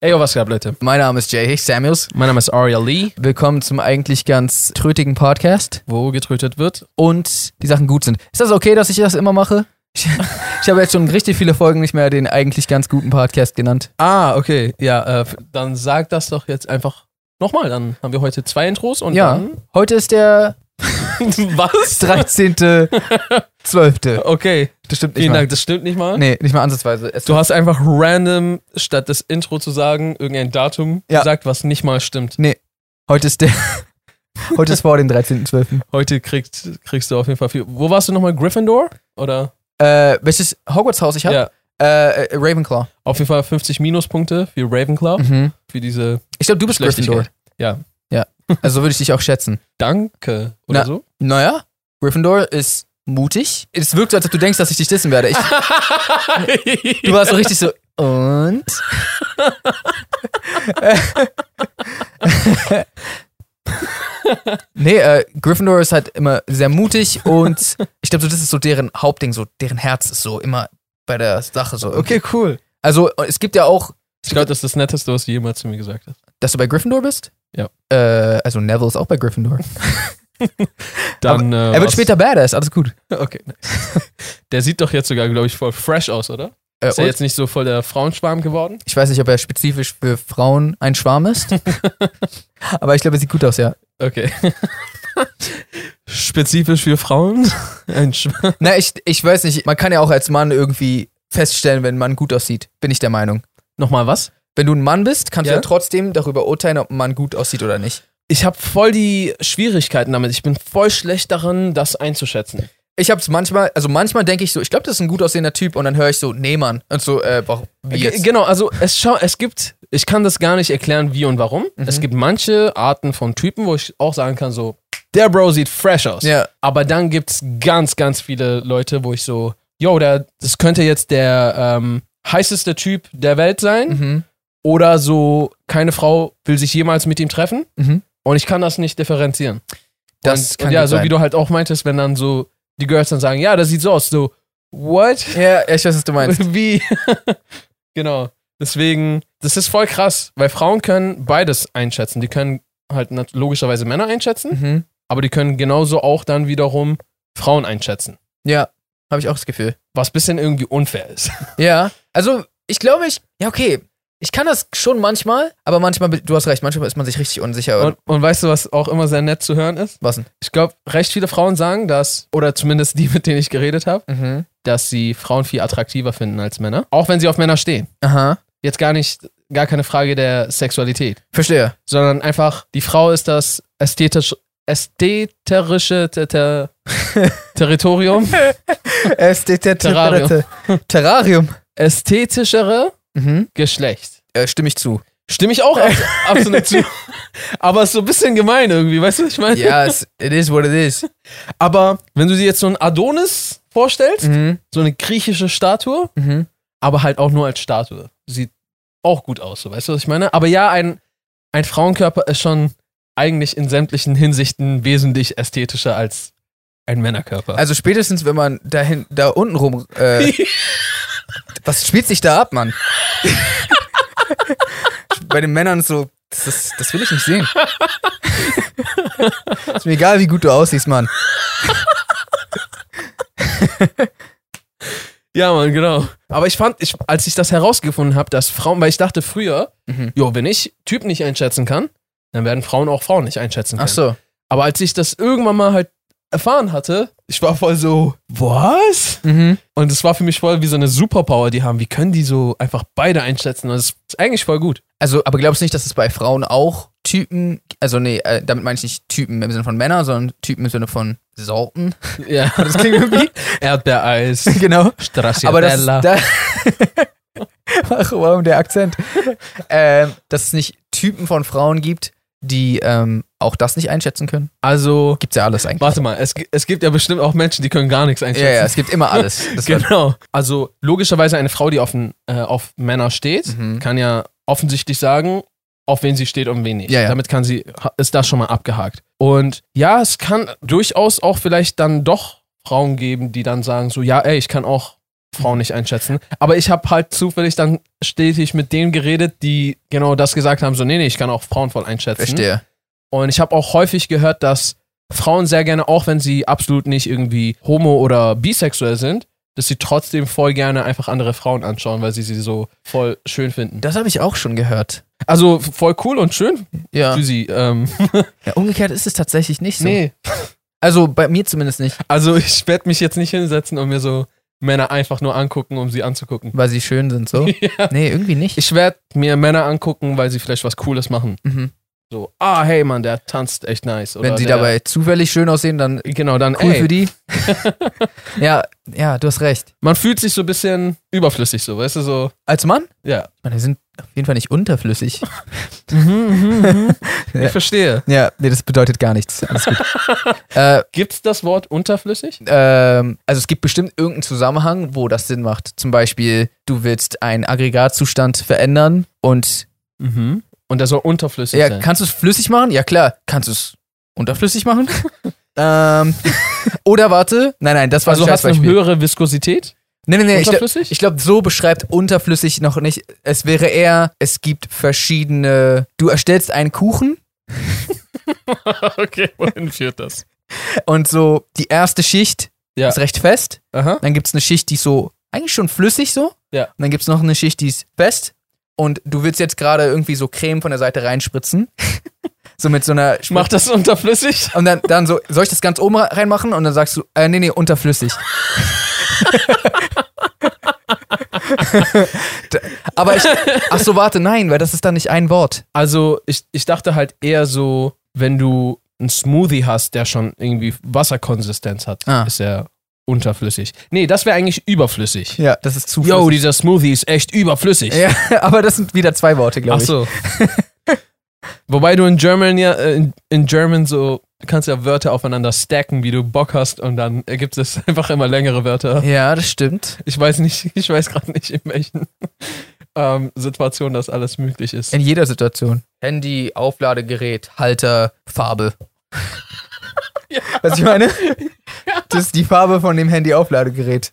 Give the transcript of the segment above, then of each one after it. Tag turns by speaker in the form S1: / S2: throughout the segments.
S1: Ey, yo, was geht ab, Leute?
S2: Mein Name ist Jay Samuels.
S1: Mein Name ist Aria Lee,
S2: Willkommen zum eigentlich ganz trötigen Podcast
S1: wo getrötet wird.
S2: und die Sachen gut sind. Ist das okay, dass ich das immer mache? Ich, ich habe jetzt schon richtig viele Folgen nicht mehr den eigentlich ganz guten Podcast genannt.
S1: Ah, okay. Ja, äh, f- dann sag das doch jetzt einfach nochmal. Dann haben wir heute zwei Intros und
S2: Ja,
S1: dann.
S2: heute ist der
S1: was?
S2: 13.12.
S1: Okay,
S2: Das stimmt nicht
S1: vielen
S2: mal.
S1: Dank. Das stimmt nicht mal.
S2: Nee, nicht mal ansatzweise. Es
S1: Du hast einfach random, statt das Intro zu sagen, irgendein Datum
S2: Ja.
S1: gesagt, was nicht mal stimmt.
S2: Heute ist der. Heute ist vor dem 13.12.
S1: Heute kriegst, kriegst du auf jeden Fall viel. Wo warst du nochmal? Gryffindor? Oder?
S2: Äh, welches Hogwarts-Haus ich habe?
S1: Ja.
S2: Äh, äh, Ravenclaw.
S1: Auf jeden Fall 50 Minuspunkte für Ravenclaw,
S2: Mhm.
S1: für diese.
S2: Ich glaube, du bist Gryffindor.
S1: Schlechtigkeit. Ja.
S2: Ja. Also würde ich dich auch schätzen.
S1: Danke. Oder
S2: Na.
S1: so?
S2: Naja, Gryffindor ist mutig. Es wirkt so, als ob du denkst, dass ich dich dissen werde. Ich, du warst so richtig so. Und? nee, äh, Gryffindor ist halt immer sehr mutig und ich glaube, so, das ist so deren Hauptding, so deren Herz ist so immer bei der Sache so.
S1: Okay, cool.
S2: Also es gibt ja auch,
S1: Ich glaube, das ist das Netteste, was du jemals zu mir gesagt hast.
S2: dass du bei Gryffindor bist.
S1: Ja.
S2: Äh, also Neville ist auch bei Gryffindor.
S1: Dann, äh,
S2: er wird
S1: was-
S2: später badass, alles gut.
S1: Okay, nice. Der sieht doch jetzt sogar, glaube ich, voll fresh aus, oder?
S2: Äh,
S1: Ist er
S2: und?
S1: jetzt nicht so voll der Frauenschwarm geworden?
S2: Ich weiß nicht, ob er spezifisch für Frauen ein Schwarm ist. Aber ich glaube, er sieht gut aus, ja.
S1: Okay. Spezifisch für Frauen? Ein Sch
S2: Na, ich, ich weiß nicht, man kann ja auch als Mann irgendwie feststellen, wenn ein Mann gut aussieht, bin ich der Meinung.
S1: Nochmal was?
S2: Wenn du ein Mann bist, kannst
S1: Ja.
S2: du ja trotzdem darüber urteilen, ob ein Mann gut aussieht oder nicht.
S1: Ich habe voll die Schwierigkeiten damit. Ich bin voll schlecht darin, das einzuschätzen.
S2: Ich hab's manchmal, also manchmal denke ich so, ich glaube, das ist ein gut aussehender Typ und dann höre ich so, nee, Mann. Und so, äh, warum, wie
S1: Ge-
S2: jetzt?
S1: Genau, also es, schau, es gibt, ich kann das gar nicht erklären, wie und warum.
S2: Mhm.
S1: Es gibt manche Arten von Typen, wo ich auch sagen kann, so, der Bro sieht fresh aus.
S2: Ja.
S1: Aber dann gibt es ganz, ganz viele Leute, wo ich so, yo, der, das könnte jetzt der ähm, heißeste Typ der Welt sein.
S2: Mhm.
S1: Oder so, keine Frau will sich jemals mit ihm treffen.
S2: Mhm.
S1: Und ich kann das nicht differenzieren.
S2: Das
S1: und,
S2: kann
S1: und ja,
S2: gut
S1: so
S2: sein.
S1: wie du halt auch meintest, wenn dann so die Girls dann sagen, ja, das sieht so aus. So, what?
S2: Ja, ich weiß, was du meinst.
S1: Wie? genau. Deswegen, das ist voll krass, weil Frauen können beides einschätzen. Die können halt nat- logischerweise Männer einschätzen,
S2: Mhm.
S1: aber die können genauso auch dann wiederum Frauen einschätzen.
S2: Ja, habe ich auch das Gefühl.
S1: Was bisschen irgendwie unfair ist.
S2: Ja, also ich glaube, ich, ja, okay. Ich kann das schon manchmal, aber manchmal, du hast recht, manchmal ist man sich richtig unsicher.
S1: Und, und weißt du, was auch immer sehr nett zu hören ist?
S2: was denn?
S1: Ich glaube, recht viele Frauen sagen, dass, oder zumindest die, mit denen ich geredet habe,
S2: Mhm.
S1: dass sie Frauen viel attraktiver finden als Männer. Auch wenn sie auf Männer stehen.
S2: Aha.
S1: Jetzt gar nicht, gar keine Frage der Sexualität.
S2: Verstehe.
S1: sondern einfach die Frau ist das ästhetisch, ästheterische Te- Te- Territorium,
S2: Terrarium. Terrarium.
S1: ästhetischere
S2: Mhm.
S1: Geschlecht.
S2: Äh, stimme ich zu.
S1: Stimme ich auch ab, absolut zu. Aber ist so ein bisschen gemein irgendwie, weißt du, was ich meine?
S2: Ja, es- it is what it is.
S1: Aber wenn du dir jetzt so einen Adonis vorstellst,
S2: Mhm.
S1: so eine griechische Statue,
S2: Mhm.
S1: aber halt auch nur als Statue, sieht auch gut aus, so, weißt du, was ich meine? Aber ja, ein, ein Frauenkörper ist schon eigentlich in sämtlichen Hinsichten wesentlich ästhetischer als ein Männerkörper.
S2: Also spätestens, wenn man dahin, da unten rum. Äh, was spielt sich da ab, Mann? Bei den Männern ist so, das, ist, das will ich nicht sehen. ist mir egal, wie gut du aussiehst, Mann.
S1: Ja, Mann, genau. Aber ich fand, ich, als ich das herausgefunden habe, dass Frauen, weil ich dachte früher,
S2: Mhm.
S1: jo, wenn ich Typ nicht einschätzen kann, dann werden Frauen auch Frauen nicht einschätzen können.
S2: Ach so.
S1: Aber als ich das irgendwann mal halt erfahren hatte, ich war voll so, was?
S2: Mhm.
S1: Und es war für mich voll wie so eine Superpower, die haben. Wie können die so einfach beide einschätzen? Und Das ist eigentlich voll gut.
S2: Also, aber glaubst du nicht, dass es bei Frauen auch Typen, also nee, äh, damit meine ich nicht Typen im Sinne von Männer, sondern Typen im Sinne von Sorten?
S1: Ja, das klingt irgendwie. Erdbeereis,
S2: genau. Aber das,
S1: Stracciatella.
S2: da, Ach, warum der Akzent? ähm, dass es nicht Typen von Frauen gibt, die ähm, auch das nicht einschätzen können.
S1: also,
S2: Gibt's ja alles eigentlich.
S1: warte mal, es, gi- es gibt ja bestimmt auch Menschen, die können gar nichts
S2: Ja,
S1: einschätzen.
S2: ja, es gibt immer alles. Das war-
S1: Genau. Also logischerweise eine Frau, die auf, n- äh, auf Männer steht,
S2: Mhm.
S1: kann ja offensichtlich sagen, auf wen sie steht und wen nicht.
S2: Ja, ja.
S1: Damit kann sie, ha- ist das schon mal abgehakt. Und ja, es kann durchaus auch vielleicht dann doch Frauen geben, die dann sagen so, ja, ey, ich kann auch Frauen nicht einschätzen. Aber ich habe halt zufällig dann stetig mit denen geredet, die genau das gesagt haben, so, nee, nee, ich kann auch Frauen voll einschätzen.
S2: Verstehe.
S1: Und ich habe auch häufig gehört, dass Frauen sehr gerne, auch wenn sie absolut nicht irgendwie homo oder bisexuell sind, dass sie trotzdem voll gerne einfach andere Frauen anschauen, weil sie sie so voll schön finden.
S2: Das habe ich auch schon gehört.
S1: Also f- voll cool und schön
S2: Ja.
S1: für sie. Ähm,
S2: ja. Umgekehrt ist es tatsächlich nicht so.
S1: nee.
S2: Also bei mir zumindest nicht,
S1: Also ich werde mich jetzt nicht hinsetzen und mir so Männer einfach nur angucken, um sie anzugucken.
S2: weil sie schön sind, so.
S1: Ja.
S2: Nee, irgendwie nicht.
S1: Ich werde mir Männer angucken, weil sie vielleicht was Cooles machen.
S2: Mhm.
S1: So, ah, hey Mann, der tanzt echt nice. Oder
S2: Wenn sie
S1: der,
S2: dabei zufällig schön aussehen, dann
S1: Genau, dann
S2: cool
S1: ey,
S2: für die. ja, ja, du hast recht.
S1: man fühlt sich so ein bisschen überflüssig so, weißt du, so,
S2: Als Mann?
S1: ja.
S2: Ich meine, wir sind auf jeden Fall nicht unterflüssig. Ja.
S1: Ich verstehe.
S2: ja, nee, das bedeutet gar nichts. Alles gut. äh,
S1: Gibt's das Wort unterflüssig?
S2: ähm, also es gibt bestimmt irgendeinen Zusammenhang, wo das Sinn macht. Zum Beispiel, du willst einen Aggregatzustand verändern und
S1: Und der soll unterflüssig
S2: ja,
S1: sein.
S2: kannst du es flüssig machen? Ja klar, kannst du es unterflüssig machen? ähm, oder warte, nein, nein, das war
S1: also
S2: ein
S1: hast du eine
S2: Scheißbeispiel.
S1: höhere Viskosität?
S2: Nee, nee, nee, ich, glaub-
S1: unterflüssig?
S2: ich glaube, so beschreibt unterflüssig noch nicht. Es wäre eher, es gibt verschiedene. Du erstellst einen Kuchen
S1: okay, wohin führt das?
S2: und so die erste Schicht
S1: Ja.
S2: ist recht fest.
S1: Aha.
S2: Dann gibt es eine Schicht, die ist so eigentlich schon flüssig so.
S1: Ja.
S2: Und dann gibt es noch eine Schicht, die ist fest. Und du willst jetzt gerade irgendwie so Creme von der Seite reinspritzen. so mit so einer Spritze.
S1: Macht das unterflüssig?
S2: Und dann, dann so, soll ich das ganz oben reinmachen? Und dann sagst du, äh, nee, nee, unterflüssig. D- Aber ich, ach so, warte, nein, weil das ist dann nicht ein Wort.
S1: Also, ich, ich dachte halt eher so, wenn du einen Smoothie hast, der schon irgendwie Wasserkonsistenz hat,
S2: Ah.
S1: ist er unterflüssig. Nee, das wäre eigentlich überflüssig.
S2: Ja, das ist zu
S1: Yo, dieser Smoothie ist echt überflüssig.
S2: Ja, aber das sind wieder zwei Worte, glaube
S1: Ach
S2: ich.
S1: so. Wobei du in German ja, äh, in, in German so, du kannst ja Wörter aufeinander stacken, wie du Bock hast, und dann ergibt es einfach immer längere Wörter.
S2: Ja, das stimmt.
S1: Ich weiß nicht, ich weiß gerade nicht, in welchen ähm, Situationen das alles möglich ist.
S2: In jeder Situation. Handy, Aufladegerät, Halter, Farbe. Was ich meine? Das ist die Farbe von dem Handy-Aufladegerät.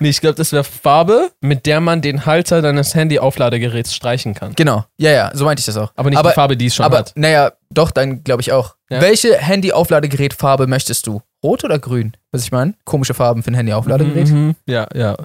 S1: Nee, ich glaube, das wäre Farbe, mit der man den Halter deines Handy-Aufladegeräts streichen kann.
S2: Genau. Ja, ja, so meinte ich das auch.
S1: Aber nicht die Farbe, die es schon
S2: aber
S1: hat.
S2: naja, doch, dann glaube ich auch.
S1: Ja.
S2: Welche Handy-Aufladegerätfarbe möchtest du? Rot oder grün? Was ich meine? Komische Farben für ein Handy-Aufladegerät.
S1: Mhm. Ja, ja.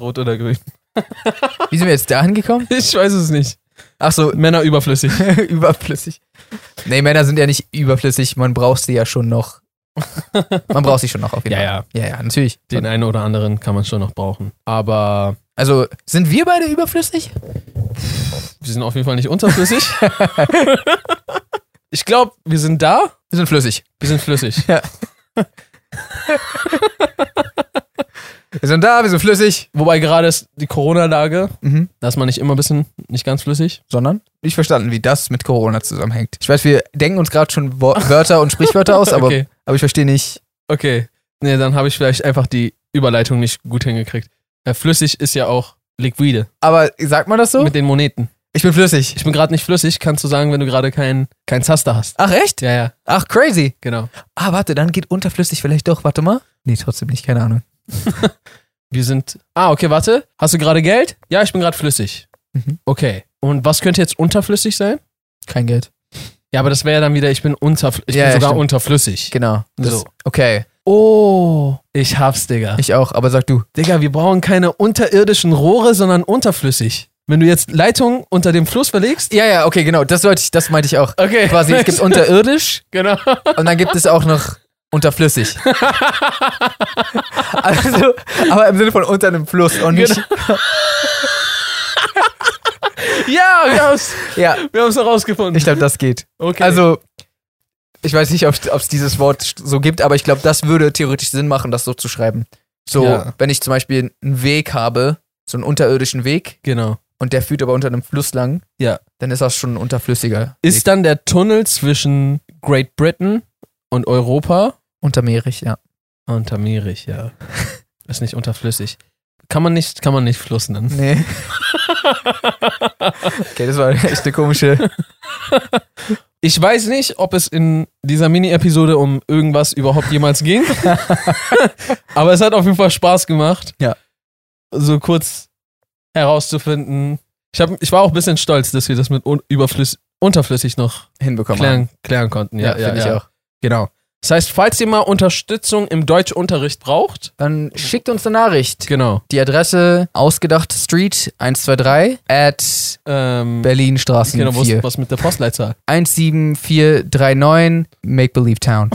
S1: Rot oder grün.
S2: Wie sind wir jetzt dahin gekommen?
S1: Ich weiß es nicht.
S2: Ach so,
S1: Männer überflüssig.
S2: überflüssig. Nee, Männer sind ja nicht überflüssig. Man braucht sie ja schon noch. Man braucht sie schon noch auf jeden
S1: Ja,
S2: Fall.
S1: ja.
S2: Ja, ja, ja natürlich.
S1: Den einen oder anderen kann man schon noch brauchen. Aber
S2: Also, sind wir beide überflüssig?
S1: wir sind auf jeden Fall nicht unterflüssig. ich glaube, wir sind da,
S2: Wir sind flüssig.
S1: wir sind flüssig.
S2: Wir sind da, wir sind flüssig.
S1: Wobei gerade ist die Corona-Lage,
S2: Mhm.
S1: da ist man nicht immer ein bisschen nicht ganz flüssig.
S2: Sondern? Nicht verstanden, wie das mit Corona zusammenhängt. Ich weiß, wir denken uns gerade schon Wo- Wörter und Sprichwörter aus, aber,
S1: Okay.
S2: aber ich verstehe nicht.
S1: Okay. Nee, dann habe ich vielleicht einfach die Überleitung nicht gut hingekriegt. Ja, flüssig ist ja auch liquide
S2: Aber sagt man das so?
S1: mit den Moneten.
S2: Ich bin flüssig.
S1: Ich bin gerade nicht flüssig, kannst du sagen, wenn du gerade keinen kein Zaster hast.
S2: Ach, echt?
S1: Ja, ja,
S2: Ach, crazy.
S1: genau.
S2: Ah, warte, dann geht unterflüssig vielleicht doch. Warte mal. Nee, trotzdem nicht, keine Ahnung.
S1: Wir sind. Ah, okay, warte. Hast du gerade Geld? Ja, ich bin gerade flüssig.
S2: Mhm.
S1: Okay. Und was könnte jetzt unterflüssig sein?
S2: Kein Geld.
S1: Ja, aber das wäre ja dann wieder, ich bin, unterfl ich
S2: Ja,
S1: bin
S2: ja,
S1: sogar
S2: stimmt.
S1: unterflüssig.
S2: Genau. Das,
S1: So.
S2: Okay.
S1: Oh, ich hab's, Digga.
S2: Ich auch, aber sag du.
S1: Digga, wir brauchen keine unterirdischen Rohre, sondern unterflüssig. Wenn du jetzt Leitung unter dem Fluss verlegst.
S2: Ja, ja, okay, genau. Das wollte ich, das meinte ich auch.
S1: Okay,
S2: Quasi, es gibt unterirdisch
S1: genau.
S2: und dann gibt es auch noch unterflüssig. also, aber im Sinne von unter einem Fluss und nicht.
S1: Ja, wir haben's,
S2: Ja,
S1: wir haben's herausgefunden.
S2: ich glaube, das geht.
S1: okay.
S2: Also, ich weiß nicht, ob es dieses Wort so gibt, aber ich glaube, das würde theoretisch Sinn machen, das so zu schreiben. So,
S1: Ja.
S2: wenn ich zum Beispiel einen Weg habe, so einen unterirdischen Weg,
S1: genau.
S2: und der führt aber unter einem Fluss lang,
S1: Ja.
S2: dann ist das schon ein unterflüssiger Weg.
S1: Ist dann der Tunnel zwischen Great Britain und Europa
S2: Untermeerig, ja.
S1: untermeerig, ja. Ist nicht unterflüssig. Kann man nicht, kann man nicht Fluss nennen.
S2: Nee. okay, das war echt eine komische.
S1: Ich weiß nicht, ob es in dieser Mini-Episode um irgendwas überhaupt jemals ging. Aber es hat auf jeden Fall Spaß gemacht.
S2: Ja.
S1: So kurz herauszufinden. Ich, hab, ich war auch ein bisschen stolz, dass wir das mit un überflüss unterflüssig noch
S2: Hinbekommen.
S1: klären, klären konnten. Ja, ja,
S2: finde
S1: ja,
S2: ich auch.
S1: Genau. Das heißt, falls ihr mal Unterstützung im Deutschunterricht braucht,
S2: Dann schickt uns eine Nachricht.
S1: genau.
S2: Die Adresse ausgedacht Street 123 at
S1: Ähm,
S2: Berlinstraßen
S1: genau, was,
S2: 4.
S1: was mit der Postleitzahl?
S2: 17439 Make Believe Town.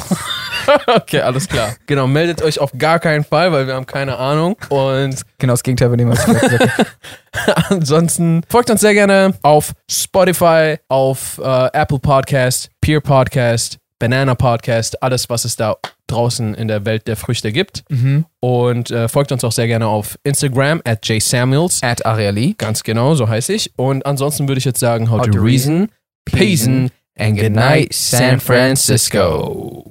S1: okay, alles klar. Genau, meldet euch auf gar keinen Fall, weil wir haben keine Ahnung. Und
S2: Genau das Gegenteil von dem, was ich gerade gesagt habe.
S1: Ansonsten folgt uns sehr gerne auf Spotify, auf äh, Apple Podcast, Peer Podcast, Banana Podcast, alles, was es da draußen in der Welt der Früchte gibt.
S2: mhm.
S1: Und äh, folgt uns auch sehr gerne auf Instagram at jsamuels.
S2: At Ariali.
S1: Ganz genau, so heiße ich. Und ansonsten würde ich jetzt sagen, how,
S2: How
S1: to
S2: to
S1: reason, reason peace and good night, San Francisco.